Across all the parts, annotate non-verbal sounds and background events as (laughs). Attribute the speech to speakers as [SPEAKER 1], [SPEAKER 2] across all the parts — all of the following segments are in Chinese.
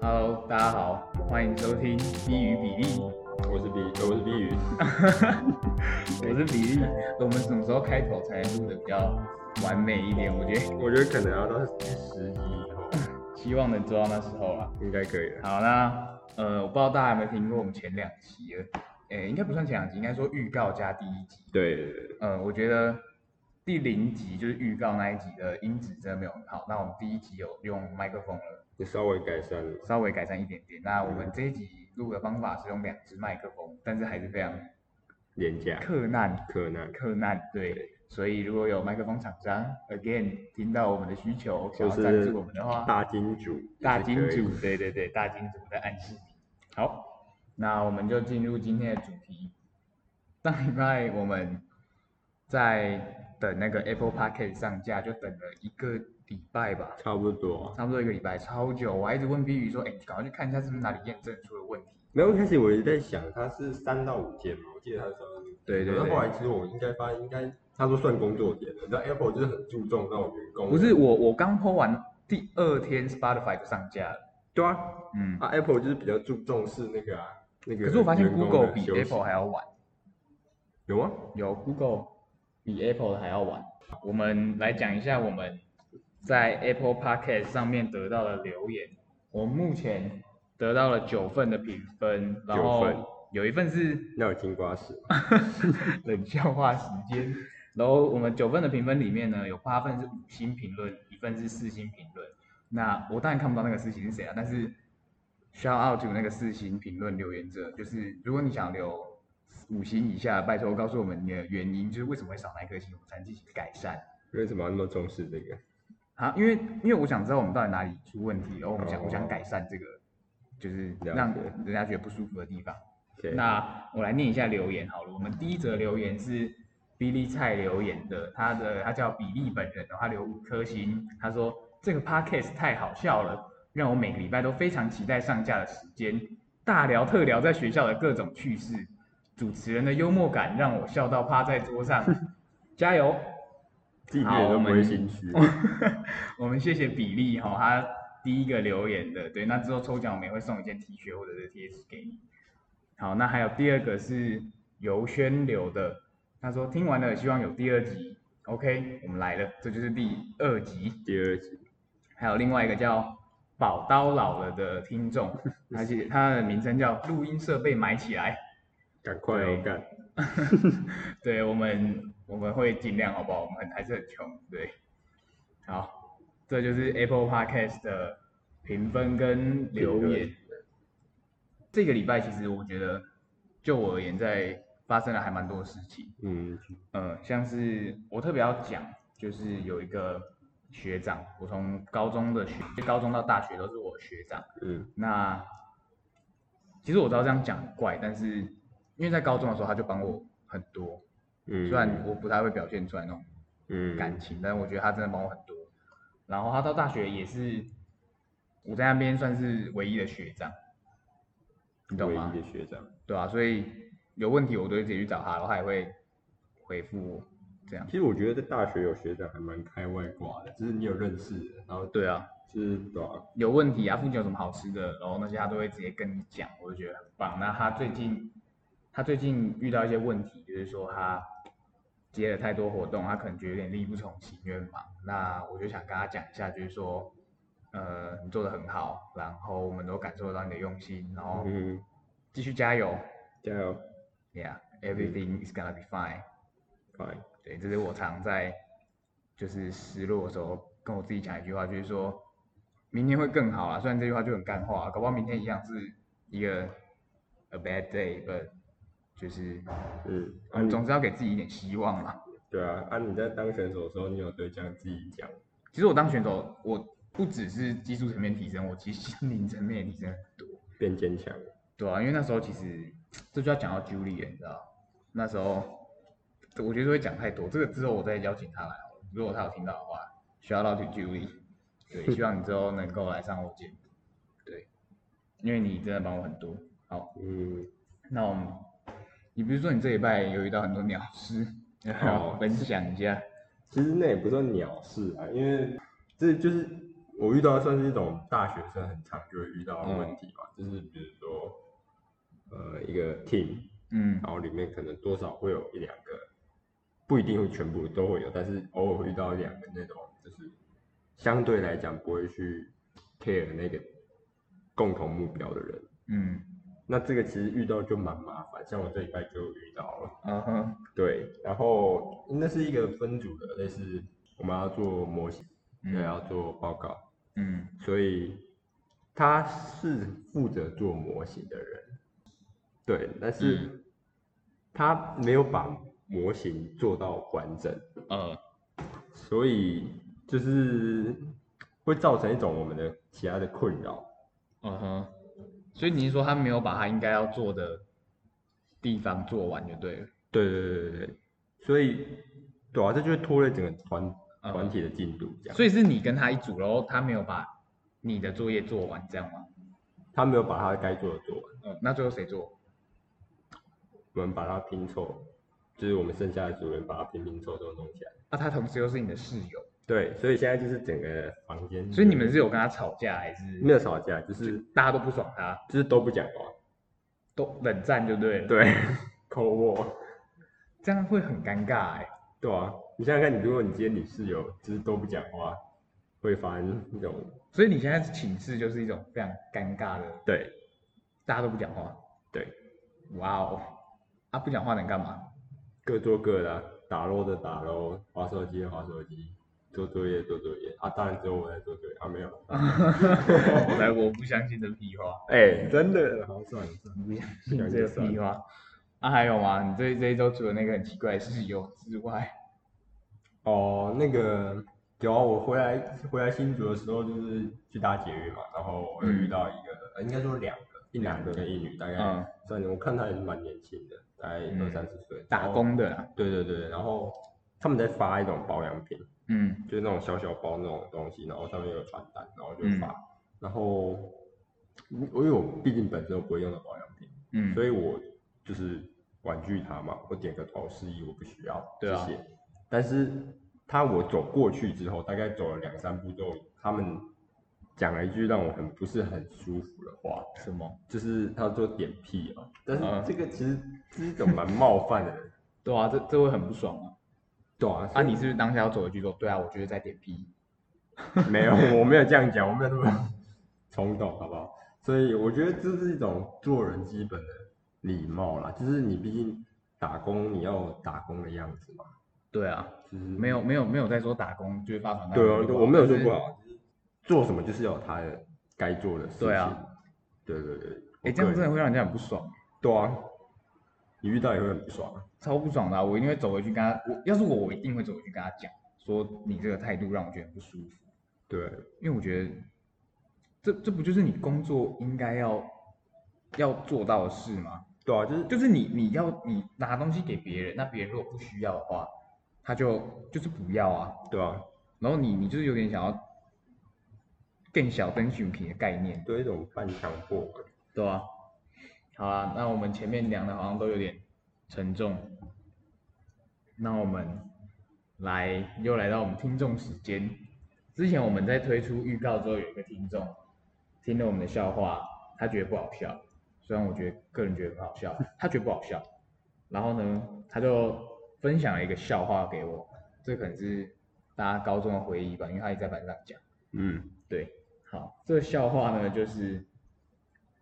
[SPEAKER 1] Hello，大家好，欢迎收听《B 与比 (laughs) 利》，
[SPEAKER 2] 我是 B，呃我是 B 鱼，
[SPEAKER 1] 我是比利。我们什么时候开头才录的比较完美一点？我觉得
[SPEAKER 2] 我觉得可能要到十集以后
[SPEAKER 1] 希望能做到那时候啦。
[SPEAKER 2] 应该可以了。
[SPEAKER 1] 好，那呃，我不知道大家有没有听过我们前两集了，诶、应该不算前两集，应该说预告加第一集。
[SPEAKER 2] 对对对，
[SPEAKER 1] 呃，我觉得第零集就是预告那一集的音质真的没有很好，那我们第一集有用麦克风了。
[SPEAKER 2] 就稍微改善了。
[SPEAKER 1] 稍微改善一点点。那我们这一集录的方法是用两只麦克风，但是还是非常
[SPEAKER 2] 廉价
[SPEAKER 1] 克难，
[SPEAKER 2] 柯南，
[SPEAKER 1] 克难。对，所以如果有麦克风厂商，again 听到我们的需求，想
[SPEAKER 2] 就
[SPEAKER 1] 要赞
[SPEAKER 2] 是
[SPEAKER 1] 助我们的话，
[SPEAKER 2] 大金主，
[SPEAKER 1] 大金
[SPEAKER 2] 也是
[SPEAKER 1] 主
[SPEAKER 2] 可
[SPEAKER 1] 对
[SPEAKER 2] 以，
[SPEAKER 1] 对对，大金主在暗示你。好，那我们就进入今天的主题。上礼拜我们在等那个 Apple p o c k e t 上架，就等了一个礼拜吧，
[SPEAKER 2] 差不多。
[SPEAKER 1] 差不多一个礼拜，超久。我还一直问 B 宇说：“哎、你赶快去看一下是不是哪里验证出了问题。”
[SPEAKER 2] 没有，一开始我一直在想，它是三到五天嘛，我记得它是三到五天。
[SPEAKER 1] 对对对
[SPEAKER 2] 可是后来其实我应该发现，应该他说算工作天的，那 Apple 就是很注重那种员工。
[SPEAKER 1] 不是，我，我刚播完第二天，Spotify 就上架了。
[SPEAKER 2] 对啊，
[SPEAKER 1] 嗯，
[SPEAKER 2] 啊 Apple 就是比较注重是那个啊，那个。
[SPEAKER 1] 可是我发现 Google 比 Apple 还要晚，
[SPEAKER 2] 有吗？
[SPEAKER 1] 有 Google 比 Apple 的还要晚。我们来讲一下我们在 Apple Podcast 上面得到的留言。我目前得到了九份的评分，然后
[SPEAKER 2] 九份
[SPEAKER 1] 有一份是
[SPEAKER 2] 那有金瓜石吗，
[SPEAKER 1] 冷笑话时间。然后我们九份的评分里面呢，有八份是五星评论，一份是四星评论。那我当然看不到那个四星是谁啊，但是 shout out to 那个四星评论留言者，就是如果你想留五星以下，拜托告诉我们你的原因，就是为什么会少那一颗星，我们才进行改善
[SPEAKER 2] 为什么要那么重视这个？
[SPEAKER 1] 啊。因为因为我想知道我们到底哪里出问题，然后我们想、我想
[SPEAKER 2] 哦
[SPEAKER 1] 改善这个，就是
[SPEAKER 2] 了
[SPEAKER 1] 让
[SPEAKER 2] 解
[SPEAKER 1] 人家觉得不舒服的地方。
[SPEAKER 2] OK
[SPEAKER 1] 那我来念一下留言好了。我们第一则留言是比利蔡留言的，他的他叫比利本人，然后他留五颗星，他说这个 podcast 太好笑了，让我每个礼拜都非常期待上架的时间，大聊特聊在学校的各种趣事，主持人的幽默感让我笑到趴在桌上，加油！
[SPEAKER 2] 自己
[SPEAKER 1] 好
[SPEAKER 2] 也都
[SPEAKER 1] 我
[SPEAKER 2] 不
[SPEAKER 1] 们
[SPEAKER 2] 会心虚。
[SPEAKER 1] 我们谢谢比利哈、他第一个留言的，对，那之后抽奖我们也会送一件 T 恤或者是贴纸给你。好，那还有第二个是游轩留的，他说听完了，希望有第二集。OK，我们来了，这就是第二集。
[SPEAKER 2] 第二集，
[SPEAKER 1] 还有另外一个叫宝刀老了的听
[SPEAKER 2] (laughs)
[SPEAKER 1] 众，而且他的名称叫录音设备买起来。
[SPEAKER 2] 赶快要
[SPEAKER 1] 对
[SPEAKER 2] 干。
[SPEAKER 1] 对我们我们会尽量，好不好？我们还是很穷，对。好，这就是 Apple Podcast 的评分跟留
[SPEAKER 2] 评
[SPEAKER 1] 言
[SPEAKER 2] 论。
[SPEAKER 1] 这个礼拜其实我觉得，就我而言，在发生了还蛮多事情。
[SPEAKER 2] 嗯，
[SPEAKER 1] 呃，像是我特别要讲，就是有一个学长，我从高中的学，高中到大学都是我学长。
[SPEAKER 2] 嗯，
[SPEAKER 1] 那其实我知道这样讲很怪，但是因为在高中的时候他就帮我很多，
[SPEAKER 2] 嗯，
[SPEAKER 1] 虽然我不太会表现出来那种
[SPEAKER 2] 嗯
[SPEAKER 1] 感情，但是我觉得他真的帮我很多。然后他到大学也是我在那边算是唯一的学长，你懂
[SPEAKER 2] 唯
[SPEAKER 1] 吗
[SPEAKER 2] 一？的学长。
[SPEAKER 1] 对啊，所以有问题我都会直接去找他，然后他也会回复我这样
[SPEAKER 2] 其。实我觉得在大学有学长还蛮开外挂的，就是你有认识的，然后
[SPEAKER 1] 对啊，
[SPEAKER 2] 就是对吧、
[SPEAKER 1] 有问题啊，附近有什么好吃的，然后那些他都会直接跟你讲，我就觉得很棒。那他最近他最近遇到一些问题，就是说他接了太多活动，他可能觉得有点力不从心，因为很忙。那我就想跟他讲一下，就是说，呃，你做的很好，然后我们都感受到你的用心，然后
[SPEAKER 2] 嗯，
[SPEAKER 1] 继续加油
[SPEAKER 2] 加油
[SPEAKER 1] ，Yeah，everything is gonna be fine。
[SPEAKER 2] ，fine，
[SPEAKER 1] 对，这是我常在就是失落的时候跟我自己讲一句话，就是说明天会更好啊。虽然这句话就很干话，搞不好明天一样是一个 a bad day，but 就是
[SPEAKER 2] 嗯，啊
[SPEAKER 1] 我们
[SPEAKER 2] 你
[SPEAKER 1] 总是要给自己一点希望嘛。
[SPEAKER 2] 对啊，啊你在当选手的时候，你有对这样自己讲，
[SPEAKER 1] 其实我当选手，我不只是技术层面提升，我其实心灵层面也提升很多。
[SPEAKER 2] 变坚强，
[SPEAKER 1] 对啊，因为那时候其实这就要讲到 Julie，了你知道，那时候这我觉得会讲太多，这个之后我再邀请他来好了。如果他有听到的话，需要到 to Julie，对，希望你之后能够来上我节目，对，因为你真的帮我很多。好，
[SPEAKER 2] 嗯，
[SPEAKER 1] 那我们，你不是说你这礼拜有遇到很多鸟事， (laughs) 要不要
[SPEAKER 2] 哦
[SPEAKER 1] 分享一下？
[SPEAKER 2] 其实那也不算鸟事啊，因为这就是我遇到算是一种大学生很常就会遇到的
[SPEAKER 1] 嗯
[SPEAKER 2] 问题吧，就是比如说，呃，一个 team，
[SPEAKER 1] 嗯
[SPEAKER 2] 然后里面可能多少会有一两个，不一定会全部都会有，但是偶尔会遇到一两个那种，就是相对来讲不会去 care 那个共同目标的人。
[SPEAKER 1] 嗯
[SPEAKER 2] 那这个其实遇到就蛮麻烦，像我这礼拜就遇到了。
[SPEAKER 1] 嗯哼
[SPEAKER 2] 对，然后那是一个分组的，类似我们要做模型，
[SPEAKER 1] 嗯
[SPEAKER 2] 也要做报告，
[SPEAKER 1] 嗯
[SPEAKER 2] 所以他是负责做模型的人，对，但是
[SPEAKER 1] 嗯
[SPEAKER 2] 他没有把模型做到完整，
[SPEAKER 1] 呃
[SPEAKER 2] 所以就是会造成一种我们的其他的困扰。
[SPEAKER 1] 嗯哼，所以你是说他没有把他应该要做的地方做完就对了，
[SPEAKER 2] 对对对对对，所以对啊，这就会拖累整个团
[SPEAKER 1] 嗯
[SPEAKER 2] 团体的啊进度，这样。
[SPEAKER 1] 所以是你跟他一组，然后他没有把你的作业做完，这样吗？
[SPEAKER 2] 他没有把他该做的做完，
[SPEAKER 1] 嗯，那最后谁做？
[SPEAKER 2] 我们把它拼凑，就是我们剩下的组员把它拼拼凑凑弄起来。
[SPEAKER 1] 那、啊他同时又是你的室友，
[SPEAKER 2] 对，所以现在就是整个房间，
[SPEAKER 1] 所以你们是有跟他吵架还是
[SPEAKER 2] 没有吵架，就是
[SPEAKER 1] 大家都不爽他，
[SPEAKER 2] 就是都不讲话，
[SPEAKER 1] 都冷战就对了，，
[SPEAKER 2] 对，口哦我，
[SPEAKER 1] 这样会很尴尬哎、
[SPEAKER 2] 对啊，你想想看，你如果你今天你室友就是都不讲话，会发生那种
[SPEAKER 1] 所以你现在寝室就是一种非常尴尬的，
[SPEAKER 2] 对
[SPEAKER 1] 大家都不讲话，
[SPEAKER 2] 对，
[SPEAKER 1] 哇哦，啊不讲话能干
[SPEAKER 2] (laughs)
[SPEAKER 1] 嘛？ (laughs)
[SPEAKER 2] 各做各的啊、打漏的打漏，划手机的划手机，做作业做作业啊，当然只有我在做作业啊，没有，
[SPEAKER 1] 我来我不相信这屁话，
[SPEAKER 2] 哎、真的，好算了算了，
[SPEAKER 1] 不相信这个屁话。啊，还有吗？你这这一周除了那个很奇怪的室友之外，
[SPEAKER 2] 哦，那个有啊，我回来回来新竹的时候，就是去搭捷运嘛，然后我又遇到一个，呃应该说两个，一男的跟一女，大概
[SPEAKER 1] 嗯
[SPEAKER 2] 算我看他也是蛮年轻的，大概
[SPEAKER 1] 嗯
[SPEAKER 2] 二三十岁，
[SPEAKER 1] 打
[SPEAKER 2] 然后。
[SPEAKER 1] 工的啊啦，
[SPEAKER 2] 对对对，然后他们在发一种保养品，
[SPEAKER 1] 嗯
[SPEAKER 2] 就是那种小小包那种东西，然后上面有传单，然后就
[SPEAKER 1] 嗯
[SPEAKER 2] 发，然后我因为我毕竟本身我不会用到保养品，
[SPEAKER 1] 嗯，
[SPEAKER 2] 所
[SPEAKER 1] 以
[SPEAKER 2] 以我就是婉拒他嘛，我点个头示意我不需要，
[SPEAKER 1] 对啊
[SPEAKER 2] 谢谢。但是他我走过去之后，大概走了两三步之后，他们讲了一句让我很不是很舒服的话，
[SPEAKER 1] 什么？
[SPEAKER 2] 就是他说点屁啊、但是
[SPEAKER 1] 嗯
[SPEAKER 2] 这个其实是一种蛮冒犯的，
[SPEAKER 1] 对啊，这这会很不爽啊。
[SPEAKER 2] 对啊，
[SPEAKER 1] 啊，
[SPEAKER 2] 所以
[SPEAKER 1] 你是不是当下要走回去说，对啊，我觉得在点 P，
[SPEAKER 2] 没有，我没有这样讲，我没有那么 (laughs) 冲动，好不好？所以我觉得这是一种做人基本的礼貌啦，就是你毕竟打工，你要有打工的样子嘛，
[SPEAKER 1] 对啊，
[SPEAKER 2] 就是
[SPEAKER 1] 没有没有没有在说打工就是发传单，
[SPEAKER 2] 对啊，我没有说
[SPEAKER 1] 但
[SPEAKER 2] 不。
[SPEAKER 1] 是
[SPEAKER 2] 好，就是做什么就是要有他的该做的事情。
[SPEAKER 1] 对啊，
[SPEAKER 2] 对对对。
[SPEAKER 1] 哎、
[SPEAKER 2] 我
[SPEAKER 1] 这样
[SPEAKER 2] 个
[SPEAKER 1] 真的
[SPEAKER 2] 人
[SPEAKER 1] 会让人家很不爽，
[SPEAKER 2] 对啊，你遇到也会很不爽啊。
[SPEAKER 1] 超不爽的啊、我一定会走回去跟他，我要是我，我一定会走回去跟他讲，说你这个态度让我觉得很不舒服，
[SPEAKER 2] 对
[SPEAKER 1] 因为我觉得这这不就是你工作应该要要做到的事吗？
[SPEAKER 2] 对啊，就是
[SPEAKER 1] 就是你你要你拿东西给别人，那别人如果不需要的话，他就就是不要啊，
[SPEAKER 2] 对啊，
[SPEAKER 1] 然后你你就是有点想要更小灯熊皮的概念，
[SPEAKER 2] 对一种半强迫嘛。
[SPEAKER 1] 对啊，好啊，那我们前面聊的好像都有点沉重，那我们来又来到我们听众时间。之前我们在推出预告之后，有一个听众听了我们的笑话，他觉得不好笑，虽然我觉得个人觉得很好笑，他觉得不好笑。然后呢，他就分享了一个笑话给我，这可能是大家高中的回忆吧，因为他也在班上讲。
[SPEAKER 2] 嗯，
[SPEAKER 1] 对，好，这个笑话呢，就是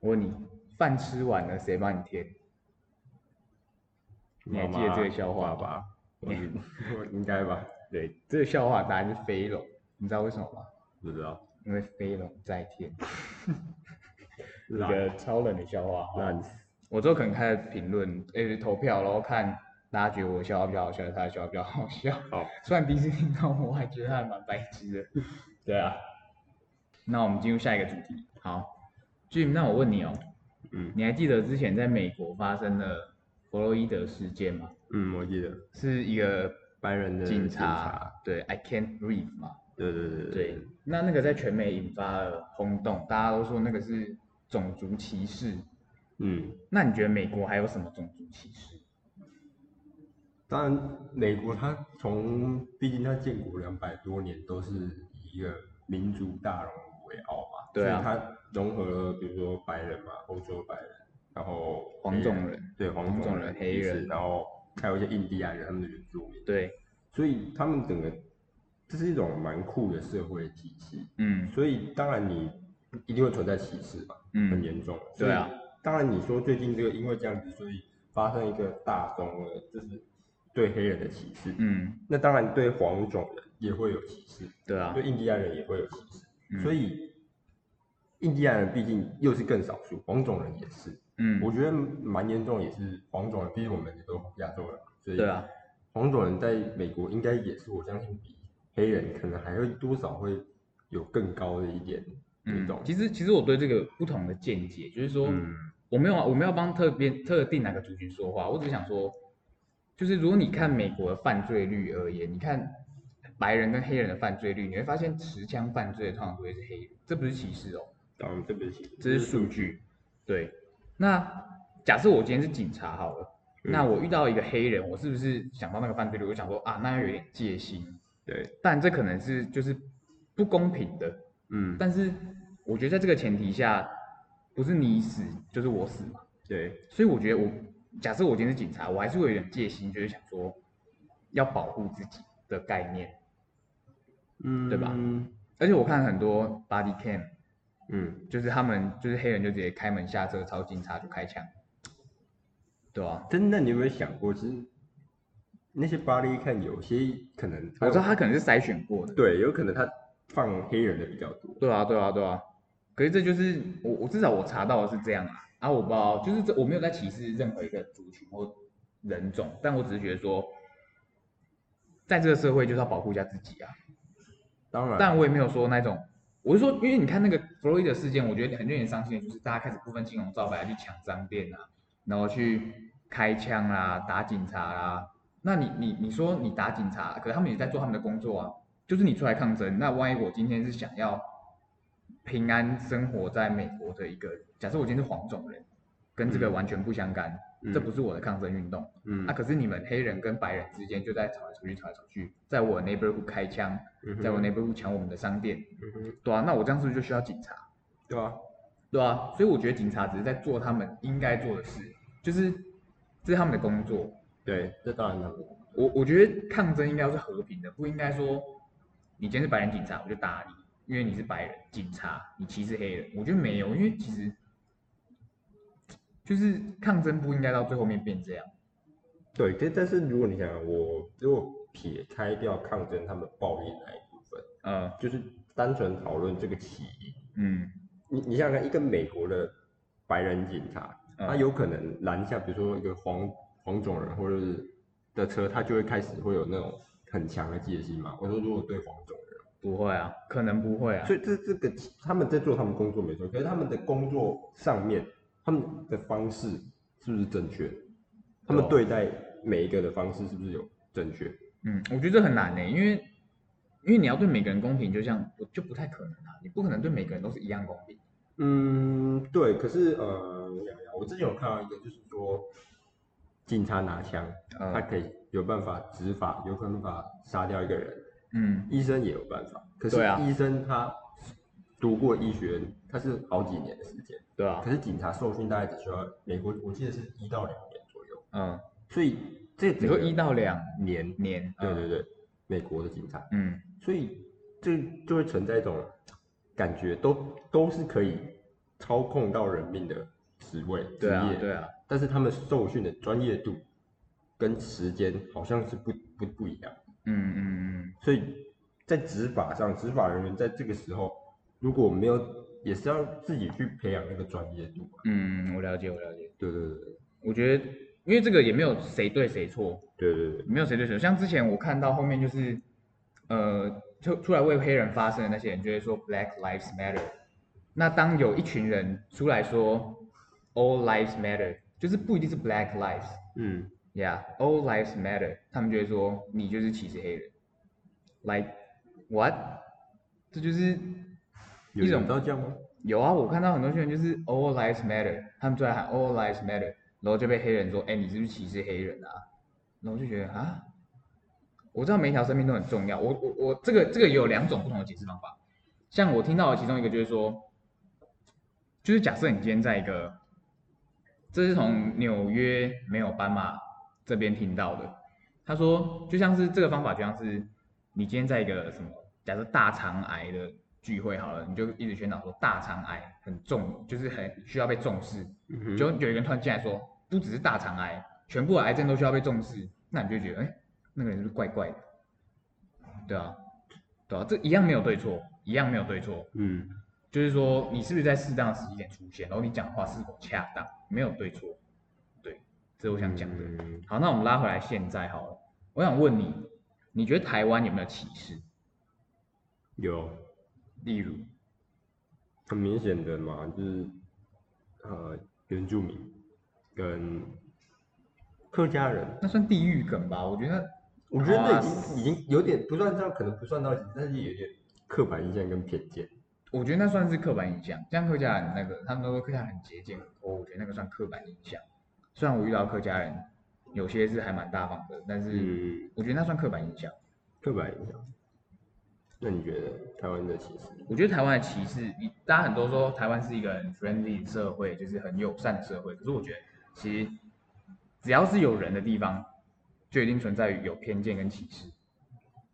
[SPEAKER 1] 我问你，饭吃完了谁帮你填？你还记得这个笑话
[SPEAKER 2] 吧？我是我 (laughs) 应该吧？
[SPEAKER 1] 对，这个笑话答案是飞龙，你知道为什么吗？
[SPEAKER 2] 不知道，
[SPEAKER 1] 因为飞龙在天，一
[SPEAKER 2] 懒
[SPEAKER 1] 个超冷的笑话。
[SPEAKER 2] 懒死。
[SPEAKER 1] 我之后可能开始评论，诶，投票，然后看大家觉得我的笑话比较好笑，还是他的笑话比较好笑。
[SPEAKER 2] 好，
[SPEAKER 1] (laughs) 虽然第一次听到，我还觉得他还蛮白痴的。对啊，那我们进入下一个主题。好，Jim，那我问你哦，
[SPEAKER 2] 嗯
[SPEAKER 1] 你还记得之前在美国发生的弗洛伊德事件吗？
[SPEAKER 2] 嗯，我记得
[SPEAKER 1] 是一个
[SPEAKER 2] 白人的
[SPEAKER 1] 警察，
[SPEAKER 2] 呃察。
[SPEAKER 1] 对，I can't breathe 嘛，
[SPEAKER 2] 对对对
[SPEAKER 1] 对，那那个在全美引发了轰动，大家都说那个是种族歧视。
[SPEAKER 2] 嗯。
[SPEAKER 1] 那你觉得美国还有什么种族歧视？
[SPEAKER 2] 当然，美国它从毕竟它建国两百多年都是以一个民族大荣辱为傲嘛，
[SPEAKER 1] 对啊
[SPEAKER 2] 所以它融合了比如说白人嘛，欧洲白人，然后
[SPEAKER 1] 黄种人，
[SPEAKER 2] 对黄
[SPEAKER 1] 黄种
[SPEAKER 2] 种
[SPEAKER 1] 人
[SPEAKER 2] 人、
[SPEAKER 1] 黑
[SPEAKER 2] 也是
[SPEAKER 1] 人
[SPEAKER 2] 然后还有一些印第安人他们的原住民，
[SPEAKER 1] 对，
[SPEAKER 2] 所以他们整个这是一种蛮酷的社会体系，
[SPEAKER 1] 嗯
[SPEAKER 2] 所以当然你一定会存在歧视嘛，很
[SPEAKER 1] 嗯，
[SPEAKER 2] 严重。
[SPEAKER 1] 对啊，
[SPEAKER 2] 当然你说最近这个因为这样子，所以发生一个大宗的，就是对黑人的歧视，
[SPEAKER 1] 嗯，
[SPEAKER 2] 那当然对黄种人也会有歧视，
[SPEAKER 1] 对啊
[SPEAKER 2] 对，印第安人也会有歧视，
[SPEAKER 1] 嗯
[SPEAKER 2] 所以印第安人毕竟又是更少数，黄种人也是，
[SPEAKER 1] 嗯，
[SPEAKER 2] 我觉得蛮严重，也是黄种人，毕竟我们也都亚洲人嘛，所以
[SPEAKER 1] 对啊，
[SPEAKER 2] 黄种人在美国应该也是，我相信比黑人可能还会多少会有更高的一点那
[SPEAKER 1] 嗯
[SPEAKER 2] 种，，嗯
[SPEAKER 1] 其实其实我对这个不同的见解，就是说，我没有啊我没有帮特别特定哪个族群说话，我只是想说，就是如果你看美国的犯罪率而言，你看白人跟黑人的犯罪率，你会发现持枪犯罪的通常都会是黑人，这不是歧视哦，
[SPEAKER 2] 当然这不是，
[SPEAKER 1] 这是数据。对，那假设我今天是警察好了，
[SPEAKER 2] 嗯
[SPEAKER 1] 那我遇到一个黑人，我是不是想到那个犯罪率，我就想说啊，那要有点戒心，
[SPEAKER 2] 对，
[SPEAKER 1] 但这可能是就是不公平的，
[SPEAKER 2] 嗯，
[SPEAKER 1] 但是我觉得在这个前提下，不是你死就是我死嘛，
[SPEAKER 2] 对，
[SPEAKER 1] 所以我觉得我假设我今天是警察，我还是会有点戒心，就是想说要保护自己的概念。
[SPEAKER 2] 嗯，
[SPEAKER 1] 对吧而且我看很多 body cam，
[SPEAKER 2] 嗯，
[SPEAKER 1] 就是他们就是黑人就直接开门下车，朝警察就开枪，对啊，
[SPEAKER 2] 真的，你有没有想过，其实那些巴黎看有些可能
[SPEAKER 1] 我
[SPEAKER 2] 有
[SPEAKER 1] 知道他可能是筛选过的，
[SPEAKER 2] 对，有可能他放黑人的比较多。
[SPEAKER 1] 对啊，对啊，对啊。可是这就是我我至少我查到的是这样啊，啊我不知道，就是这我没有在歧视任何一个族群或人种，但我只是觉得说，在这个社会就是要保护一下自己啊。
[SPEAKER 2] 当然，
[SPEAKER 1] 但我也没有说那种，我是说，因为你看那个弗洛伊德事件，我觉得很令人伤心的就是大家开始不分青红皂白地去抢商店啊，然后去开枪啦、打警察啦、那你你你说你打警察，可是他们也在做他们的工作啊，就是你出来抗争。那万一我今天是想要平安生活在美国的一个，假设我今天是黄种人，跟这个完全不相干，
[SPEAKER 2] 嗯
[SPEAKER 1] 这不是我的抗争运动。
[SPEAKER 2] 嗯
[SPEAKER 1] 啊，可是你们黑人跟白人之间就在吵来吵去，吵来吵去，在我 neighborhood 开枪，
[SPEAKER 2] 嗯哼
[SPEAKER 1] 在我 neighborhood 抢我们的商店，
[SPEAKER 2] 嗯哼
[SPEAKER 1] 对啊，那我这样是不是就需要警察？
[SPEAKER 2] 对啊，
[SPEAKER 1] 对啊，所以我觉得警察只是在做他们应该做的事，就是这是他们的工作。
[SPEAKER 2] 对，这当然了。
[SPEAKER 1] 我我觉得抗争应该要是和平的，不应该说你今天是白人警察我就打你，因为你是白人警察，你歧视黑人。我觉得没有，因为其实就是抗争不应该到最后面变这样。
[SPEAKER 2] 对，但但是如果你想，我如果撇开掉抗争他们暴力那一部分，
[SPEAKER 1] 呃，
[SPEAKER 2] 就是单纯讨论这个起因，
[SPEAKER 1] 嗯，
[SPEAKER 2] 你你想想看，一个美国的白人警察，
[SPEAKER 1] 嗯
[SPEAKER 2] 他有可能拦下，比如说一个黄黄种人或者是的车，他就会开始会有那种很强的戒心嘛。我说如果对黄种人。
[SPEAKER 1] 不会啊，可能不会啊。
[SPEAKER 2] 所以这这个他们在做他们工作没错，可是他们的工作上面，他们的方式是不是正确？他们对待每一个的方式是不是有正确？
[SPEAKER 1] 嗯，我觉得这很难呢、因为因为你要对每个人公平，就像不就不太可能啊，你不可能对每个人都是一样公平。
[SPEAKER 2] 嗯，对。可是呃，我想一下我之前有看到一个，就是说警察拿枪，
[SPEAKER 1] 嗯
[SPEAKER 2] 他可以有办法执法，有办法杀掉一个人，
[SPEAKER 1] 嗯，
[SPEAKER 2] 医生也有办法。可是
[SPEAKER 1] 对啊
[SPEAKER 2] 医生他读过医学，他是好几年的时间，
[SPEAKER 1] 对啊
[SPEAKER 2] 可，是警察受训大概只需要美国，我记得是一到两年左右。
[SPEAKER 1] 嗯，
[SPEAKER 2] 所以这
[SPEAKER 1] 你
[SPEAKER 2] 整
[SPEAKER 1] 说
[SPEAKER 2] 个
[SPEAKER 1] 一到两
[SPEAKER 2] 年，
[SPEAKER 1] 年，
[SPEAKER 2] 对
[SPEAKER 1] 嗯
[SPEAKER 2] 对对，美国的警察，
[SPEAKER 1] 嗯，
[SPEAKER 2] 所以这就会存在一种感觉都，都是可以操控到人命的职位职
[SPEAKER 1] 对啊
[SPEAKER 2] 业，
[SPEAKER 1] 对啊，
[SPEAKER 2] 但是他们受训的专业度跟时间好像是不不不一样，
[SPEAKER 1] 嗯嗯嗯，
[SPEAKER 2] 所以在执法上，执法人员在这个时候如果没有，也是要自己去培养那个专业度啊，
[SPEAKER 1] 嗯，我了解我了解。
[SPEAKER 2] 对对对
[SPEAKER 1] 我觉得因为这个也没有谁对谁错，
[SPEAKER 2] 对对对，
[SPEAKER 1] 没有谁对谁错。像之前我看到后面就是，呃，就出来为黑人发声的那些人就会说 Black Lives Matter。那当有一群人出来说 All Lives Matter，就是不一定是 Black Lives，
[SPEAKER 2] 嗯，
[SPEAKER 1] Yeah，all lives matter。他们就会说你就是歧视黑人，like what？这就是
[SPEAKER 2] 有
[SPEAKER 1] 一种
[SPEAKER 2] 有到这样吗？
[SPEAKER 1] 有啊，我看到很多新闻就是 all lives matter，他们出来喊 all lives matter，然后就被黑人说，哎、你是不是歧视黑人啊？然后我就觉得啊，我知道每一条生命都很重要，我我我这个这个也有两种不同的解释方法，像我听到的其中一个就是说，就是假设你今天在一个，这是从纽约没有斑马这边听到的，他说就像是这个方法，就像是你今天在一个什么，假设大肠癌的聚会好了，你就一直宣导说大肠癌很重，就是很需要被重视，
[SPEAKER 2] 嗯哼
[SPEAKER 1] 就有一个人突然进来说，不只是大肠癌，全部的癌症都需要被重视，那你就觉得，哎、那个人是不是怪怪的？对啊，对啊，这一样没有对错，一样没有对错，
[SPEAKER 2] 嗯
[SPEAKER 1] 就是说你是不是在适当的时机点出现，然后你讲话是否恰当，没有对错，对，这是我想讲的。
[SPEAKER 2] 嗯
[SPEAKER 1] 好，那我们拉回来现在好了，我想问你，你觉得台湾有没有歧视？
[SPEAKER 2] 有
[SPEAKER 1] 例如，
[SPEAKER 2] 很明显的嘛，就是呃原住民跟客家人，
[SPEAKER 1] 那算地域梗吧？我觉得，
[SPEAKER 2] 我觉得
[SPEAKER 1] 好啊
[SPEAKER 2] 那已经已经有点不算到，可能不算到，但是有点刻板印象跟偏见。
[SPEAKER 1] 我觉得那算是刻板印象。像客家人那个，他们都说客家人很节俭很抠，我觉得那个算刻板印象。虽然我遇到客家人，有些是还蛮大方的，但是
[SPEAKER 2] 嗯，
[SPEAKER 1] 我觉得那算刻板印象。
[SPEAKER 2] 刻板印象。那你觉得台湾的歧视？
[SPEAKER 1] 我觉得台湾的歧视，你大家很多说台湾是一个很 friendly 的社会，就是很友善的社会。可是我觉得，其实只要是有人的地方，就已经存在于有偏见跟歧视，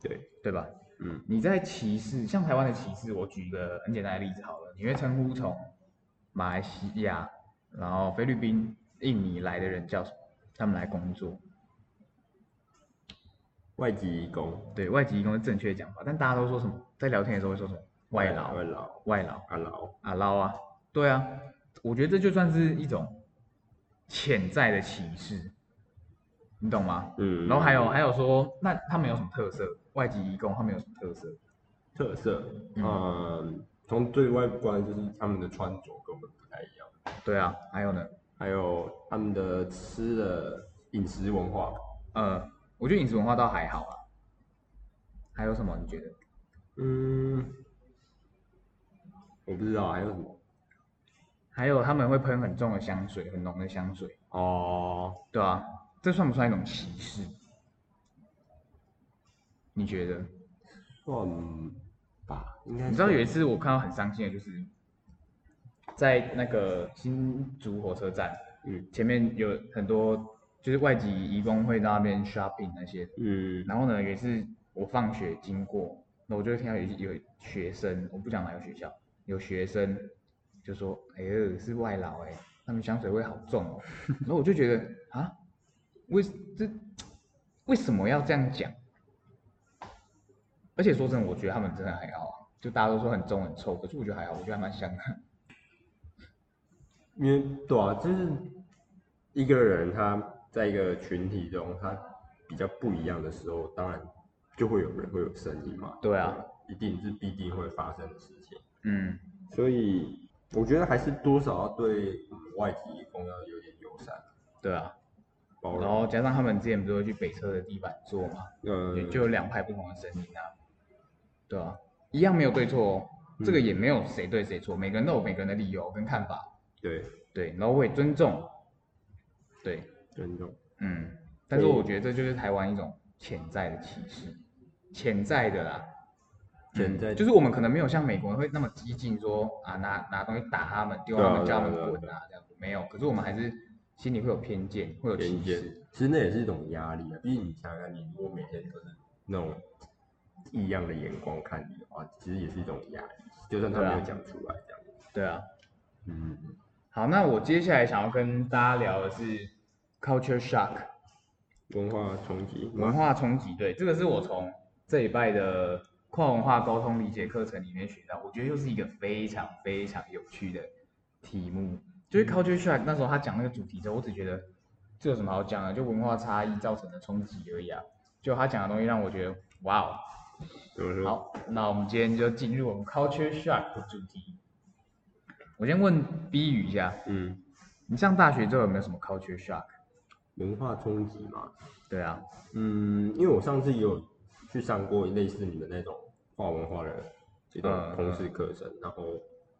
[SPEAKER 2] 对，
[SPEAKER 1] 对吧？
[SPEAKER 2] 嗯
[SPEAKER 1] 你在歧视，像台湾的歧视，我举一个很简单的例子好了，你会称呼从马来西亚、然后菲律宾、印尼来的人叫什么？他们来工作，
[SPEAKER 2] 外籍移工、
[SPEAKER 1] 对外籍移工是正确的讲法，但大家都说什么？在聊天的时候会说什么？外劳
[SPEAKER 2] 啊外、劳、
[SPEAKER 1] 外劳、
[SPEAKER 2] 阿劳，
[SPEAKER 1] 啊捞啊，对啊，我觉得这就算是一种潜在的歧视，你懂吗？
[SPEAKER 2] 嗯
[SPEAKER 1] 然后还有啊还有说，那他们有什么特色？外籍移工他们有什么特色？
[SPEAKER 2] 特色，
[SPEAKER 1] 嗯
[SPEAKER 2] 嗯，从对外观就是他们的穿着跟我们不太一样，
[SPEAKER 1] 对啊，还有呢，
[SPEAKER 2] 还有他们的吃的饮食文化，
[SPEAKER 1] 呃，我觉得饮食文化倒还好啊。还有什么？你觉得？
[SPEAKER 2] 嗯，我不知道还有什么
[SPEAKER 1] 还有他们会喷很重的香水，很浓的香水，
[SPEAKER 2] 哦，
[SPEAKER 1] 对啊，这算不算一种歧视？你觉得？
[SPEAKER 2] 算吧，应该
[SPEAKER 1] 你知道
[SPEAKER 2] 算
[SPEAKER 1] 有一次我看到很伤心的，就是在那个新竹火车站
[SPEAKER 2] 嗯
[SPEAKER 1] 前面有很多就是外籍移工会在那边 shopping 那些，
[SPEAKER 2] 嗯
[SPEAKER 1] 然后呢，也是我放学经过，那我就听到有有学生，我不讲哪个学校，有学生就说：“哎呦，是外劳哎、他们香水味好重哦。”然后我就觉得啊，为这为什么要这样讲？而且说真的，我觉得他们真的还好啊，就大家都说很重很臭，可是我觉得还好，我觉得还蛮香的。
[SPEAKER 2] 因为对啊，就是一个人他在一个群体中，他比较不一样的时候，当然就会有人会有声音嘛。
[SPEAKER 1] 对啊，
[SPEAKER 2] 一定是必定会发生的事情。
[SPEAKER 1] 嗯，
[SPEAKER 2] 所以我觉得还是多少要对嗯外籍义工要有点友善
[SPEAKER 1] 对啊。
[SPEAKER 2] 包
[SPEAKER 1] 然
[SPEAKER 2] 容。
[SPEAKER 1] 后加上他们之前不是会去北车的地板坐嘛，也
[SPEAKER 2] 呃，
[SPEAKER 1] 就有两派不同的声音啊，对啊，一样没有对错哦，
[SPEAKER 2] 嗯
[SPEAKER 1] 这个也没有谁对谁错，每个人都有每个人的理由跟看法，
[SPEAKER 2] 对
[SPEAKER 1] 对，然后我也尊重，对，
[SPEAKER 2] 尊重。
[SPEAKER 1] 嗯，但是我觉得这就是台湾一种潜在的歧视，潜在的啦，嗯
[SPEAKER 2] 潜在
[SPEAKER 1] 就是我们可能没有像美国人会那么激进说啊拿拿东西打他们，丢他们，
[SPEAKER 2] 对啊
[SPEAKER 1] 叫他们
[SPEAKER 2] 对啊
[SPEAKER 1] 滚
[SPEAKER 2] 对
[SPEAKER 1] 啊这样，子，没有，可是我们还是心里会有偏见，会有
[SPEAKER 2] 偏
[SPEAKER 1] 歧
[SPEAKER 2] 见
[SPEAKER 1] 视，，
[SPEAKER 2] 其实那也是一种压力啊。毕竟你想想看，你如果每天都是那种异样的眼光看你的话，其实也是一种压力。就算他
[SPEAKER 1] 对啊
[SPEAKER 2] 没有讲出来，这样。
[SPEAKER 1] 对啊，
[SPEAKER 2] 嗯，
[SPEAKER 1] 好，那我接下来想要跟大家聊的是 culture shock。
[SPEAKER 2] 文化冲击，
[SPEAKER 1] 文化冲击，对，这个是我从这礼拜的跨文化沟通理解课程里面学到，我觉得又是一个非常非常有趣的题目。就是 culture shock 那时候他讲那个主题之后，我只觉得这有什么好讲的，就文化差异造成的冲击而已啊。就他讲的东西让我觉得，哇哦！
[SPEAKER 2] 怎么说？
[SPEAKER 1] 好，那我们今天就进入我们 culture shock 的主题。我先问 B 语一下，
[SPEAKER 2] 嗯，
[SPEAKER 1] 你上大学之后有没有什么 culture shock？
[SPEAKER 2] 文化冲击嘛，
[SPEAKER 1] 对啊，
[SPEAKER 2] 嗯，因为我上次也有去上过类似你们那种跨文化的这种
[SPEAKER 1] 嗯
[SPEAKER 2] 通识课程，然后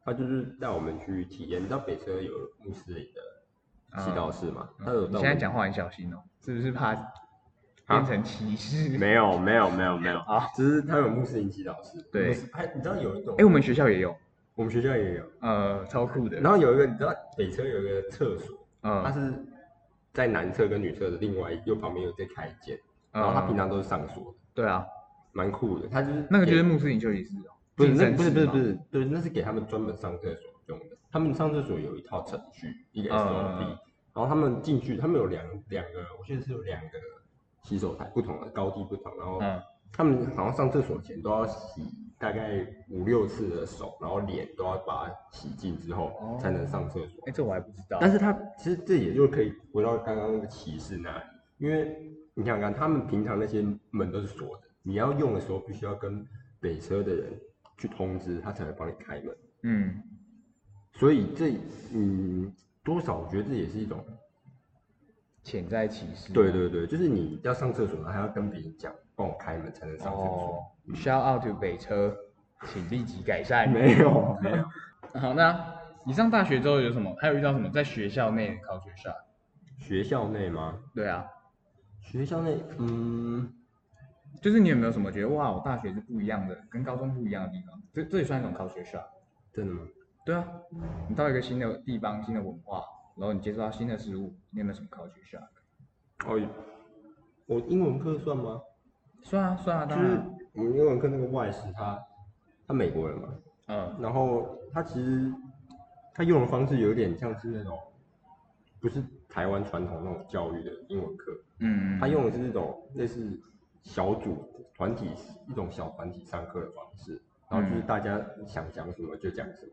[SPEAKER 2] 他就是带我们去体验，你知道北车有嗯穆斯林的祈祷室嘛？他有
[SPEAKER 1] 你
[SPEAKER 2] 带我
[SPEAKER 1] 现在
[SPEAKER 2] 们
[SPEAKER 1] 讲话很小心哦，是不是怕变成歧视。
[SPEAKER 2] 没有没有没有没有
[SPEAKER 1] 好，
[SPEAKER 2] 只是他有穆斯林祈祷室，
[SPEAKER 1] 对
[SPEAKER 2] 穆斯，还你知道有一种，
[SPEAKER 1] 哎，我们学校也有，
[SPEAKER 2] 我们学校也有，
[SPEAKER 1] 呃，超酷的。
[SPEAKER 2] 然后有一个你知道北车有一个厕所，它
[SPEAKER 1] 嗯，
[SPEAKER 2] 是在男厕跟女厕的另外右旁边有再开一间，
[SPEAKER 1] 嗯
[SPEAKER 2] 然后它平常都是上锁的，
[SPEAKER 1] 呃对啊，
[SPEAKER 2] 蛮酷的，它就是
[SPEAKER 1] 那个就是
[SPEAKER 2] 给
[SPEAKER 1] 穆斯林休息室哦，
[SPEAKER 2] 不是
[SPEAKER 1] 竞
[SPEAKER 2] 那
[SPEAKER 1] 争
[SPEAKER 2] 不是不
[SPEAKER 1] 室
[SPEAKER 2] 是
[SPEAKER 1] 嘛
[SPEAKER 2] 不是不是那是给他们专门上厕所用的，他们上厕所有一套程序，一个
[SPEAKER 1] 嗯
[SPEAKER 2] SOP，、然后他们进去，他们有两两个，我记得是有两个洗手台，不同的高低不同，然后
[SPEAKER 1] 嗯
[SPEAKER 2] 他们好像上厕所前都要洗大概五六次的手，然后脸都要把它洗净之后、
[SPEAKER 1] 哦
[SPEAKER 2] 才能上厕所。
[SPEAKER 1] 哎，这我还不知道。
[SPEAKER 2] 但是他其实这也就可以回到刚刚那个歧视那里，因为你想想看，他们平常那些门都是锁的，你要用的时候必须要跟北车的人去通知，他才会帮你开门。
[SPEAKER 1] 嗯，
[SPEAKER 2] 所以这嗯，多少我觉得这也是一种，
[SPEAKER 1] 潜在歧视。啊哦
[SPEAKER 2] 对对对，就是你要上厕所，然后还要跟别人讲帮我开门才能上厕所。
[SPEAKER 1] 哦，shout out to 北车，请立即改善。
[SPEAKER 2] 没有没有，
[SPEAKER 1] 好，那你上大学之后有什么？还有遇到什么在学校内的 culture shock？
[SPEAKER 2] (laughs) 学校内吗？
[SPEAKER 1] 对啊，
[SPEAKER 2] 学校内，嗯，
[SPEAKER 1] 就是你有没有什么觉得哇，我大学是不一样的，跟高中不一样的地方？这这也算一种 culture shock。
[SPEAKER 2] 真的吗？
[SPEAKER 1] 对啊，你到一个新的地方、新的文化，然后你接触到新的事物，你有没有什么 culture shock？
[SPEAKER 2] 哦，我英文课算吗？
[SPEAKER 1] 算啊，算啊，
[SPEAKER 2] 就
[SPEAKER 1] 当
[SPEAKER 2] 是
[SPEAKER 1] 然。
[SPEAKER 2] 我们英文课那个外事他他美国人嘛，
[SPEAKER 1] 嗯，
[SPEAKER 2] 然后他其实他用的方式有点像是那种不是台湾传统那种教育的英文课，
[SPEAKER 1] 嗯，
[SPEAKER 2] 他用的是那种类似小组团体一种小团体上课的方式，然后就是大家想讲什么就讲什么，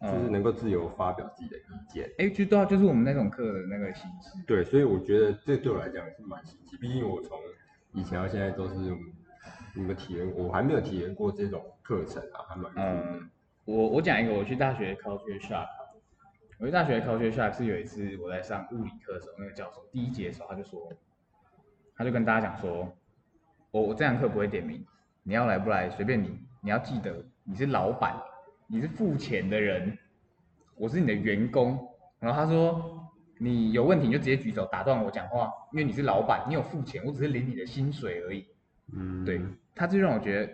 [SPEAKER 1] 嗯
[SPEAKER 2] 就是能够自由发表自己的意见。
[SPEAKER 1] 哎，就对啊，就是我们那种课的那个形式。
[SPEAKER 2] 对，所以我觉得这对我来讲是蛮新奇，毕竟我从以前到现在都是你们体验过，我还没有体验过这种课程啊，还蛮酷的。
[SPEAKER 1] 嗯，我我讲一个我去大学的 culture shock。我去大学的 culture shock 是有一次我在上物理课的时候，那个教授第一节的时候他就说，他就跟大家讲说，我我这堂课不会点名，你要来不来随便你，你要记得你是老板，你是付钱的人，我是你的员工。然后他说，你有问题你就直接举手打断我讲话，因为你是老板，你有付钱，我只是领你的薪水而已。
[SPEAKER 2] 嗯，
[SPEAKER 1] 对，他就让我觉得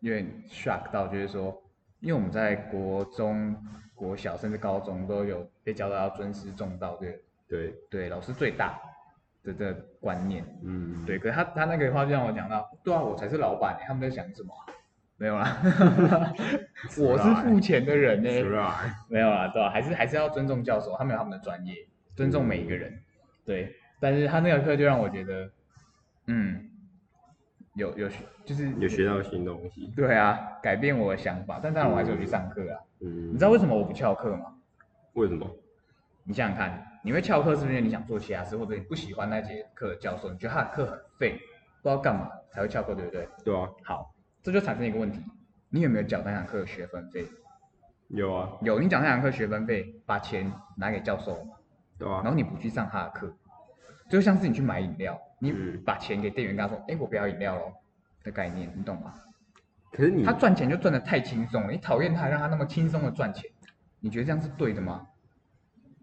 [SPEAKER 1] 有点 shock 到，就是说，因为我们在国中、国小甚至高中都有被教导要尊师重道，对
[SPEAKER 2] 对，
[SPEAKER 1] 对，老师最大的这个观念。
[SPEAKER 2] 嗯，
[SPEAKER 1] 对，可是他他那个话就让我讲到，对啊，我才是老板、他们在想什么啊、没有啦， (laughs) 我是付钱的人呢、欸
[SPEAKER 2] 是啊，
[SPEAKER 1] 没有啦，对吧、还是还是要尊重教授，他们有他们的专业，尊重每一个人。
[SPEAKER 2] 嗯
[SPEAKER 1] 对，但是他那个课就让我觉得，嗯，有有学就是
[SPEAKER 2] 有学到新东西。
[SPEAKER 1] 对啊，改变我的想法，但当然我还是有去上课啊。
[SPEAKER 2] 嗯，
[SPEAKER 1] 你知道为什么我不翘课吗？
[SPEAKER 2] 为什么？
[SPEAKER 1] 你想想看，你会翘课是不是因为你想做其他事，或者你不喜欢那节课的教授，你觉得他的课很废，不知道干嘛才会翘课，对不对？
[SPEAKER 2] 对啊，
[SPEAKER 1] 好，这就产生一个问题，你有没有缴那堂课的学分费？
[SPEAKER 2] 有啊，
[SPEAKER 1] 有，你缴那堂课学分费，把钱拿给教授，
[SPEAKER 2] 对
[SPEAKER 1] 然后
[SPEAKER 2] 啊，
[SPEAKER 1] 你不去上他的课，就像是你去买饮料，你
[SPEAKER 2] 嗯
[SPEAKER 1] 把钱给店员，跟他说：“哎、我不要饮料喽。”的概念，你懂吗？
[SPEAKER 2] 可是你
[SPEAKER 1] 他赚钱就赚的太轻松了，你讨厌他，让他那么轻松的赚钱，你觉得这样是对的吗？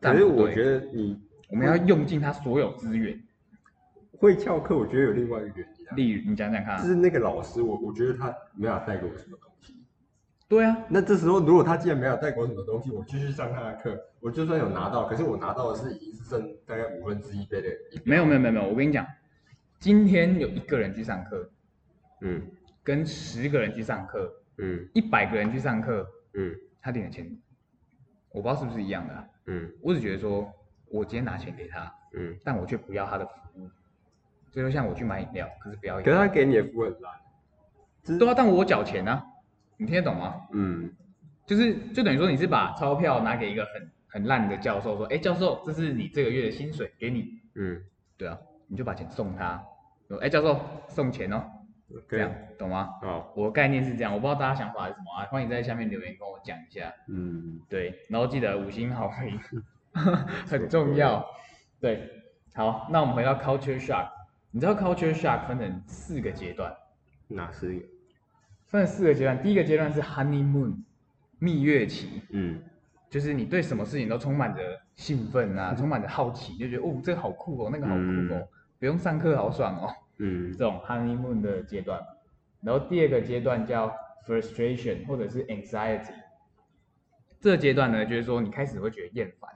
[SPEAKER 2] 可是我
[SPEAKER 1] 得
[SPEAKER 2] 觉得你
[SPEAKER 1] 我们要用尽他所有资源。
[SPEAKER 2] 会翘课，我觉得有另外一个原因啊，
[SPEAKER 1] 例如，你讲讲看
[SPEAKER 2] 就
[SPEAKER 1] 啊，
[SPEAKER 2] 是那个老师，我我觉得他没有带给我什么东西。
[SPEAKER 1] 对啊，
[SPEAKER 2] 那这时候，如果他既然没有带给我什么东西，我继续上他的课，我就算有拿到，可是我拿到的是已经是剩大概五分之一倍的。
[SPEAKER 1] 没有没有没有没有，我跟你讲，今天有一个人去上课，
[SPEAKER 2] 嗯
[SPEAKER 1] 跟十个人去上课，
[SPEAKER 2] 嗯
[SPEAKER 1] 一百个人去上课，
[SPEAKER 2] 嗯
[SPEAKER 1] 他领的钱，我不知道是不是一样的啊、
[SPEAKER 2] 嗯
[SPEAKER 1] 我只觉得说，我今天拿钱给他，
[SPEAKER 2] 嗯。
[SPEAKER 1] 但我却不要他的服务，这就像我去买饮料，可是不要饮
[SPEAKER 2] 可是
[SPEAKER 1] 料，
[SPEAKER 2] 他给你的服务很烂。
[SPEAKER 1] 对啊，但我缴钱啊，你听得懂吗？
[SPEAKER 2] 嗯，
[SPEAKER 1] 就是就等于说你是把钞票拿给一个很很烂的教授说，哎，教授，这是你这个月的薪水，给你，
[SPEAKER 2] 嗯，
[SPEAKER 1] 对啊，你就把钱送他，说哎，教授送钱哦，这
[SPEAKER 2] 对
[SPEAKER 1] 样，懂吗？
[SPEAKER 2] 好，
[SPEAKER 1] 我的概念是这样，我不知道大家想法是什么啊，欢迎在下面留言跟我讲一下。
[SPEAKER 2] 嗯，
[SPEAKER 1] 对，然后记得五星好评，很重要。对，好，那我们回到 culture shock，你知道 culture shock 分成四个阶段，
[SPEAKER 2] 哪是一个？
[SPEAKER 1] 分成四个阶段。第一个阶段是 honeymoon，蜜月期，
[SPEAKER 2] 嗯
[SPEAKER 1] 就是你对什么事情都充满着兴奋啊，充满着好奇，就觉得哦，这个好酷哦，那个好酷哦。
[SPEAKER 2] 嗯
[SPEAKER 1] 不用上课好爽哦，
[SPEAKER 2] 嗯
[SPEAKER 1] 这，种 honeymoon 的阶段。然后第二个阶段叫 frustration 或者是 anxiety，这个阶段呢，就是说你开始会觉得厌烦，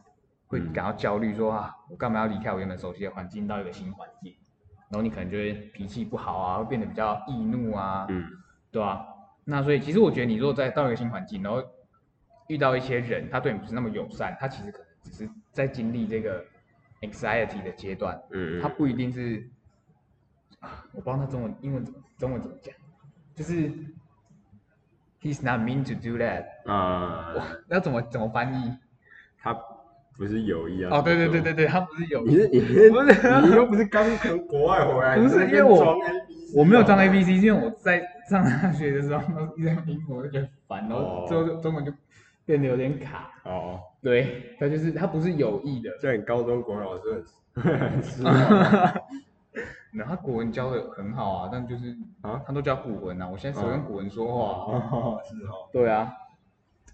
[SPEAKER 1] 会
[SPEAKER 2] 嗯
[SPEAKER 1] 感到焦虑说，啊，我干嘛要离开我原本熟悉的环境到一个新环境？然后你可能就会脾气不好啊，会变得比较易怒啊，
[SPEAKER 2] 嗯，
[SPEAKER 1] 对啊，那所以其实我觉得你如果在到一个新环境，然后遇到一些人，他对你不是那么友善，他其实可能只是在经历这个 anxiety 的阶段，
[SPEAKER 2] 嗯嗯
[SPEAKER 1] 他不一定是，啊我不知道他中文、英文怎么中文怎么讲，就是 he's not mean to do that，
[SPEAKER 2] 啊、
[SPEAKER 1] 哇， (laughs) 那怎么怎么翻译？
[SPEAKER 2] 他不是有意啊。
[SPEAKER 1] 哦，对对对对对，他不是有
[SPEAKER 2] 你是你是
[SPEAKER 1] 不
[SPEAKER 2] (laughs)
[SPEAKER 1] 是
[SPEAKER 2] 你又不是刚从国外回来，
[SPEAKER 1] 不是
[SPEAKER 2] 你在那边
[SPEAKER 1] 因为我
[SPEAKER 2] 装 ABC
[SPEAKER 1] 我没有
[SPEAKER 2] 哦
[SPEAKER 1] 装 A B C，因为我在上大学的时候一直在用英文，我就觉得烦，然后
[SPEAKER 2] 哦
[SPEAKER 1] 之后就中文就变得有点卡。
[SPEAKER 2] 哦，
[SPEAKER 1] 对，他就是他不是有意的，
[SPEAKER 2] 像你高中国文老师很很失 (laughs) 望哦
[SPEAKER 1] 然后他国文教的很好啊，但就是
[SPEAKER 2] 啊
[SPEAKER 1] 他都教古文啊，我现在只会用古文说话啊、
[SPEAKER 2] 哦，是哦，
[SPEAKER 1] 对啊，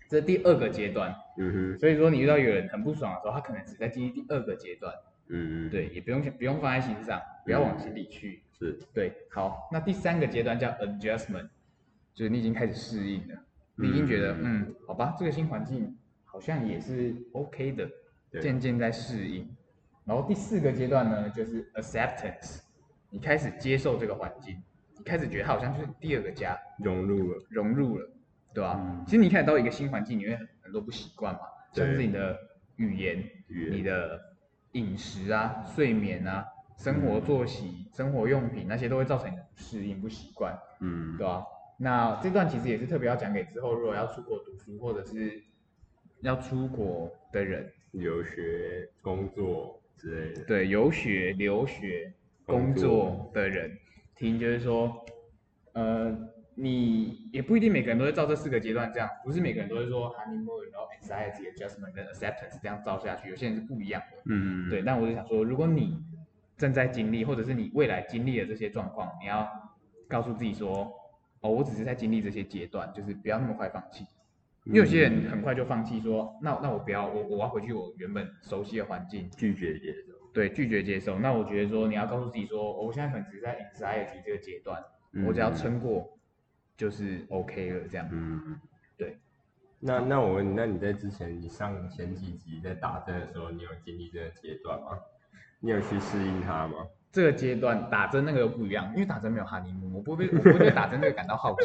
[SPEAKER 1] 这是第二个阶段，
[SPEAKER 2] 嗯哼，
[SPEAKER 1] 所以说你遇到有人很不爽的时候，他可能只在经历第二个阶段，
[SPEAKER 2] 嗯嗯，
[SPEAKER 1] 对，也不用不用放在心上，不要往心里去。
[SPEAKER 2] 是，
[SPEAKER 1] 对，好，那第三个阶段叫 adjustment，就是你已经开始适应了，你已经觉得
[SPEAKER 2] 嗯
[SPEAKER 1] 嗯好吧，这个新环境好像也是 OK 的，
[SPEAKER 2] 对
[SPEAKER 1] 渐渐在适应。然后第四个阶段呢，就是 acceptance，你开始接受这个环境，你开始觉得它好像就是第二个家，
[SPEAKER 2] 融入了，
[SPEAKER 1] 融入了，对吧、
[SPEAKER 2] 嗯
[SPEAKER 1] 其实你一开始到一个新环境，你会很多不习惯嘛，
[SPEAKER 2] 对
[SPEAKER 1] 像是你的语言、
[SPEAKER 2] 语言
[SPEAKER 1] 你的饮食啊、睡眠啊、生
[SPEAKER 2] 嗯
[SPEAKER 1] 活作息、生活用品那些都会造成你的不适应、不习惯，
[SPEAKER 2] 嗯，
[SPEAKER 1] 对吧、那这段其实也是特别要讲给之后如果要出国读书或者是要出国的人，
[SPEAKER 2] 留学、工作之类的，
[SPEAKER 1] 对游学、留学、工
[SPEAKER 2] 工
[SPEAKER 1] 作
[SPEAKER 2] 作
[SPEAKER 1] 的人听，就是说，呃，你也不一定每个人都会照这四个阶段这样，不是每个人都会说 honeymoon，然后 anxiety、adjustment 跟 acceptance 这样照下去，有些人是不一样的。
[SPEAKER 2] 嗯，
[SPEAKER 1] 对，但我就想说，如果你正在经历，或者是你未来经历的这些状况，你要告诉自己说，哦，我只是在经历这些阶段，就是不要那么快放弃。因为有些
[SPEAKER 2] 嗯
[SPEAKER 1] 人很快就放弃说，那那我不要，我我要回去我原本熟悉的环境，
[SPEAKER 2] 拒绝接受，
[SPEAKER 1] 对，拒绝接受。那我觉得说，你要告诉自己说，哦我现在可能只是在 anxiety 这个阶段，我只要
[SPEAKER 2] 嗯
[SPEAKER 1] 撑过就是 OK 了，这样。
[SPEAKER 2] 嗯，
[SPEAKER 1] 对。
[SPEAKER 2] 那那我问你，那你在之前你上前几集在打针的时候，你有经历这个阶段吗？你有去适应它吗？
[SPEAKER 1] 这个阶段打针那个又不一样，因为打针没有哈尼姆，我不会被我不会对打针这个感到好奇，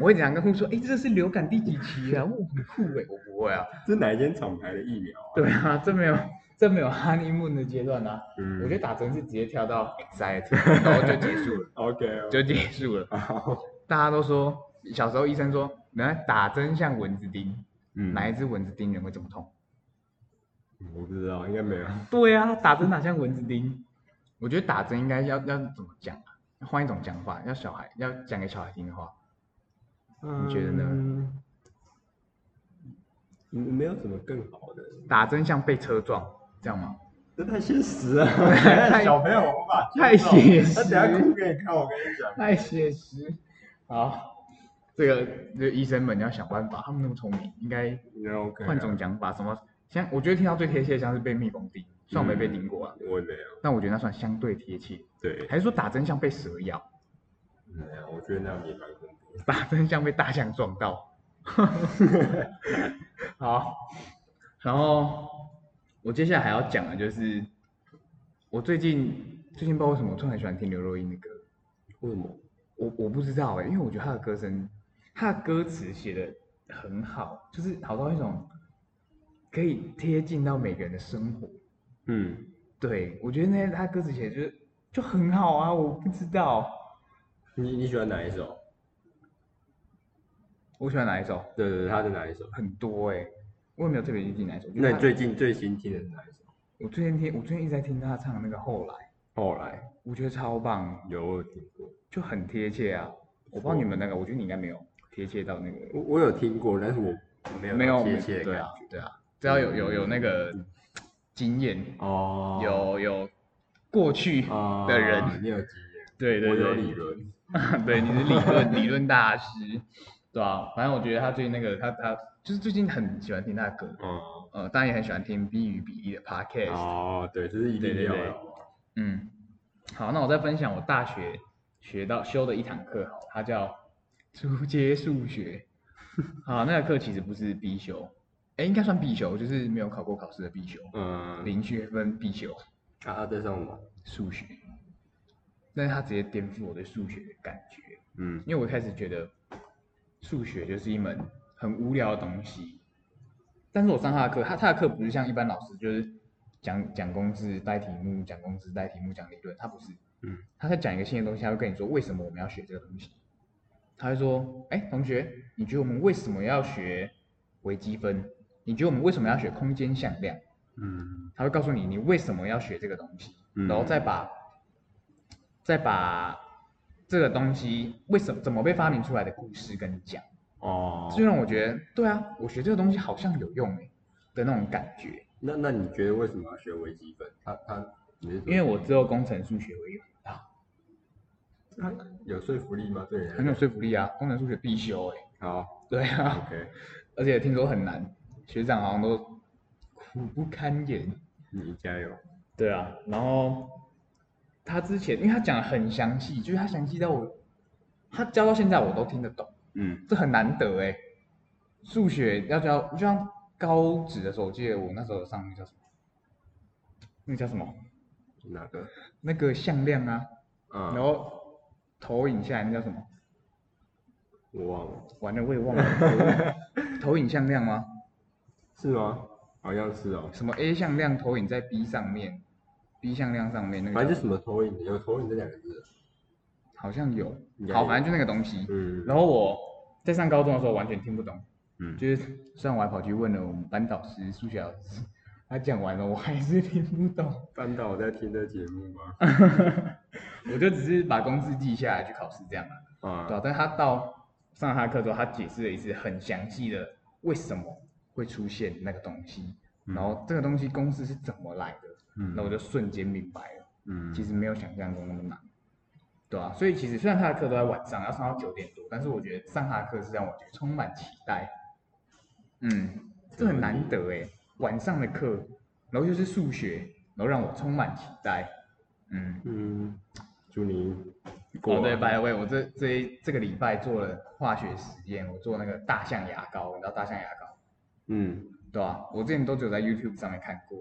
[SPEAKER 1] 我会经常跟护士说，哎、这是流感第几期啊？我很酷哎、我不会啊，
[SPEAKER 2] 这哪一间厂牌的疫苗啊？
[SPEAKER 1] 对啊，这没有这没有哈尼姆的阶段啊，
[SPEAKER 2] 嗯，
[SPEAKER 1] 我觉得打针是直接跳到 anxiety，然后就结束了，
[SPEAKER 2] OK，哦
[SPEAKER 1] 就结束
[SPEAKER 2] (laughs)
[SPEAKER 1] 了。
[SPEAKER 2] 好，
[SPEAKER 1] 大家都说小时候医生说，来打针像蚊子叮，
[SPEAKER 2] 嗯
[SPEAKER 1] 哪一只蚊子叮人会这么痛？
[SPEAKER 2] 我不知道，应该没有。
[SPEAKER 1] 对啊，打针哪像蚊子叮？我觉得打针应该要要怎么讲啊？换一种讲法，要小孩要讲给小孩听的话，你觉得呢
[SPEAKER 2] 嗯？嗯没有什么更好的，
[SPEAKER 1] 打针像被车撞，这样吗？
[SPEAKER 2] 这太现实了。太小朋友无法接
[SPEAKER 1] 太
[SPEAKER 2] 受
[SPEAKER 1] 写实
[SPEAKER 2] 他等下哭给你看，我跟你讲。
[SPEAKER 1] 太写哎实。好，这个这个医生们你要想办法，他们那么聪明，应该
[SPEAKER 2] 应该 OK 啊。
[SPEAKER 1] 换种讲法。什么？像我觉得听到最贴切的像是被蜜蜂叮，虽然我没被叮过啊，
[SPEAKER 2] 我也没有。
[SPEAKER 1] 但我觉得那算相对贴切。
[SPEAKER 2] 对，
[SPEAKER 1] 还是说打针像被蛇咬，
[SPEAKER 2] 没有，我觉得那样也蛮恐
[SPEAKER 1] (laughs)
[SPEAKER 2] 怖的。
[SPEAKER 1] 打针像被大象撞到？好，然后我接下来还要讲的就是，我最近最近不知道为什么我突然喜欢听刘若英的歌，
[SPEAKER 2] 为什么？
[SPEAKER 1] 我我不知道哎、因为我觉得她的歌声，她的歌词写的很好，就是好到一种可以贴近到每个人的生活。
[SPEAKER 2] 嗯，
[SPEAKER 1] 对我觉得那她歌词写的就是就很好啊，我不知道
[SPEAKER 2] 你你喜欢哪一首？
[SPEAKER 1] 我喜欢哪一首，
[SPEAKER 2] 对对对，他是哪一首？
[SPEAKER 1] 很多哎、我也没有特别去听哪一首。就是
[SPEAKER 2] 那
[SPEAKER 1] 她
[SPEAKER 2] 你最近最新听的是哪一首？
[SPEAKER 1] 我最近听，我最近一直在听她唱那个后来，
[SPEAKER 2] 后来
[SPEAKER 1] 我觉得超棒，
[SPEAKER 2] 有我有听过，
[SPEAKER 1] 就很贴切啊。我不知道你们那个，我觉得你应该没有贴切到那个。
[SPEAKER 2] 我我有听过，但是我没有
[SPEAKER 1] 没有
[SPEAKER 2] 贴切的
[SPEAKER 1] 对
[SPEAKER 2] 感
[SPEAKER 1] 啊
[SPEAKER 2] 觉。
[SPEAKER 1] 对啊，只要有有有那个经验，
[SPEAKER 2] 哦，
[SPEAKER 1] 有有过去
[SPEAKER 2] 啊
[SPEAKER 1] 的人，
[SPEAKER 2] 你有经验，
[SPEAKER 1] 对对
[SPEAKER 2] 我有
[SPEAKER 1] 对，
[SPEAKER 2] 理论，
[SPEAKER 1] (laughs) 对你是理论理论大师，对吧、反正我觉得他最近那个他他就是最近很喜欢听他的歌，
[SPEAKER 2] 嗯，
[SPEAKER 1] 呃，当然也很喜欢听 B 与比例的 E podcast，、
[SPEAKER 2] 哦，对，这是一
[SPEAKER 1] 对
[SPEAKER 2] 定
[SPEAKER 1] 对
[SPEAKER 2] 要
[SPEAKER 1] 对
[SPEAKER 2] 的，
[SPEAKER 1] 啊嗯，好，那我再分享我大学学到修的一堂课，好了，它叫初阶数学。好，那个课其实不是必修，哎，应该算必修，就是没有考过考试的必修，
[SPEAKER 2] 嗯，
[SPEAKER 1] 零学分必修
[SPEAKER 2] 啊，他在上什么？
[SPEAKER 1] 数学。但是它直接颠覆我对数学的感觉，
[SPEAKER 2] 嗯
[SPEAKER 1] 因为我一开始觉得数学就是一门很无聊的东西，但是我上他的课，他他的课不是像一般老师就是讲讲公式、带题目、讲公式、带题目、讲理论，他不是，
[SPEAKER 2] 嗯，
[SPEAKER 1] 他在讲一个新的东西，他会跟你说为什么我们要学这个东西，他会说，哎，同学，你觉得我们为什么要学微积分？你觉得我们为什么要学空间向量？
[SPEAKER 2] 嗯
[SPEAKER 1] 他会告诉你你为什么要学这个东西，
[SPEAKER 2] 嗯
[SPEAKER 1] 然后再把再把这个东西为什么怎么被发明出来的故事跟你讲，
[SPEAKER 2] 哦
[SPEAKER 1] 这就让我觉得对啊，我学这个东西好像有用诶的那种感觉，
[SPEAKER 2] 那那你觉得为什么要学微积分？他他你是
[SPEAKER 1] 因为我只有工程数学为用啊，
[SPEAKER 2] 他有说服力吗？对你来
[SPEAKER 1] 很有
[SPEAKER 2] 说
[SPEAKER 1] 说服力啊，工程数学必修诶，
[SPEAKER 2] 好
[SPEAKER 1] 对啊， (laughs)
[SPEAKER 2] ，OK，
[SPEAKER 1] 而且听说很难，学长好像都苦不堪言。
[SPEAKER 2] 你加油。
[SPEAKER 1] 对啊，然后他之前因为他讲的很详细，就是他详细到我，他教到现在我都听得懂。
[SPEAKER 2] 嗯
[SPEAKER 1] 这很难得哎。数学要教，就像高职的时候，我记得我那时候有上那个叫什么，那个叫什么，
[SPEAKER 2] 哪个？
[SPEAKER 1] 那个向量啊，
[SPEAKER 2] 嗯，
[SPEAKER 1] 然后投影下来那叫什么？
[SPEAKER 2] 我忘了，
[SPEAKER 1] 完了，我也忘
[SPEAKER 2] (laughs)
[SPEAKER 1] 了。投影向量吗？
[SPEAKER 2] 是吗？好像是哦，
[SPEAKER 1] 什么 A 向量投影在 B 上面，B 向量上面那
[SPEAKER 2] 反
[SPEAKER 1] 个叫
[SPEAKER 2] 正就
[SPEAKER 1] 什
[SPEAKER 2] 什么投影，有投影这两个字。
[SPEAKER 1] 么好像有
[SPEAKER 2] 应，该
[SPEAKER 1] 好，
[SPEAKER 2] 有
[SPEAKER 1] 反正就那个东西。
[SPEAKER 2] 嗯
[SPEAKER 1] 然后我在上高中的时候完全听不懂，
[SPEAKER 2] 嗯
[SPEAKER 1] 就是虽然我还跑去问了我们班导师、数学老师，他讲完了我还是听不懂。
[SPEAKER 2] 班导在听这节目吗？
[SPEAKER 1] 嗯我就只是把公式记下来去考试这样啊，对啊
[SPEAKER 2] 啊，，
[SPEAKER 1] 但他到上他的课之后，他解释了一次很详细的为什么会出现那个东西，
[SPEAKER 2] 嗯
[SPEAKER 1] 然后这个东西公式是怎么来的，
[SPEAKER 2] 嗯
[SPEAKER 1] 那我就瞬间明白了，
[SPEAKER 2] 嗯
[SPEAKER 1] 其实没有想象中那么难，对啊，所以其实虽然他的课都在晚上，要上到九点多，但是我觉得上他的课是让我觉得充满期待，嗯，这很难得哎，晚上的课，然后又是数学，然后让我充满期待，嗯。
[SPEAKER 2] 嗯，祝你过
[SPEAKER 1] 哦，对，
[SPEAKER 2] 完
[SPEAKER 1] 白薇，我这这一这个礼拜做了化学实验，我做那个大象牙膏，你知道大象牙膏
[SPEAKER 2] 嗯
[SPEAKER 1] 对吧、啊我之前都只有在 YouTube 上面看过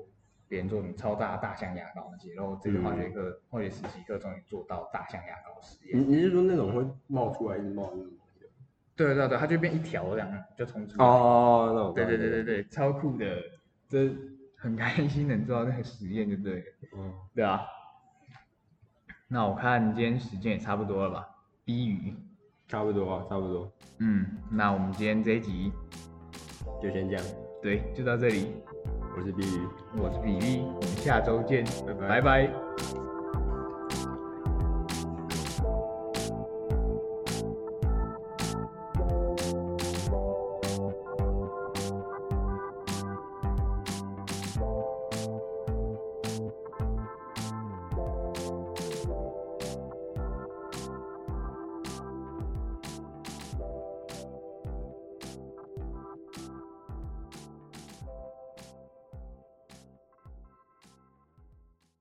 [SPEAKER 1] 别人做什么超大大象牙膏那些，然后这个化学课、化学实习课终于做到大象牙膏实
[SPEAKER 2] 你
[SPEAKER 1] 验。
[SPEAKER 2] 你是说那种会冒出来一直冒的那种东西？
[SPEAKER 1] 对对对，它就变一条这样就冲出来。，
[SPEAKER 2] 哦，那我
[SPEAKER 1] 对对对对对，超酷的，这很开心能做到这个实验，就对了，
[SPEAKER 2] 对，嗯，
[SPEAKER 1] 对啊。那我看今天时间也差不多了吧，低语。
[SPEAKER 2] 差不多啊，差不多，
[SPEAKER 1] 嗯，那我们今天这一集
[SPEAKER 2] 就先这样。
[SPEAKER 1] 对，就到这里。
[SPEAKER 2] 我是碧宇。
[SPEAKER 1] 我是比利，我们下周见，
[SPEAKER 2] 拜
[SPEAKER 1] 拜
[SPEAKER 2] 拜
[SPEAKER 1] 拜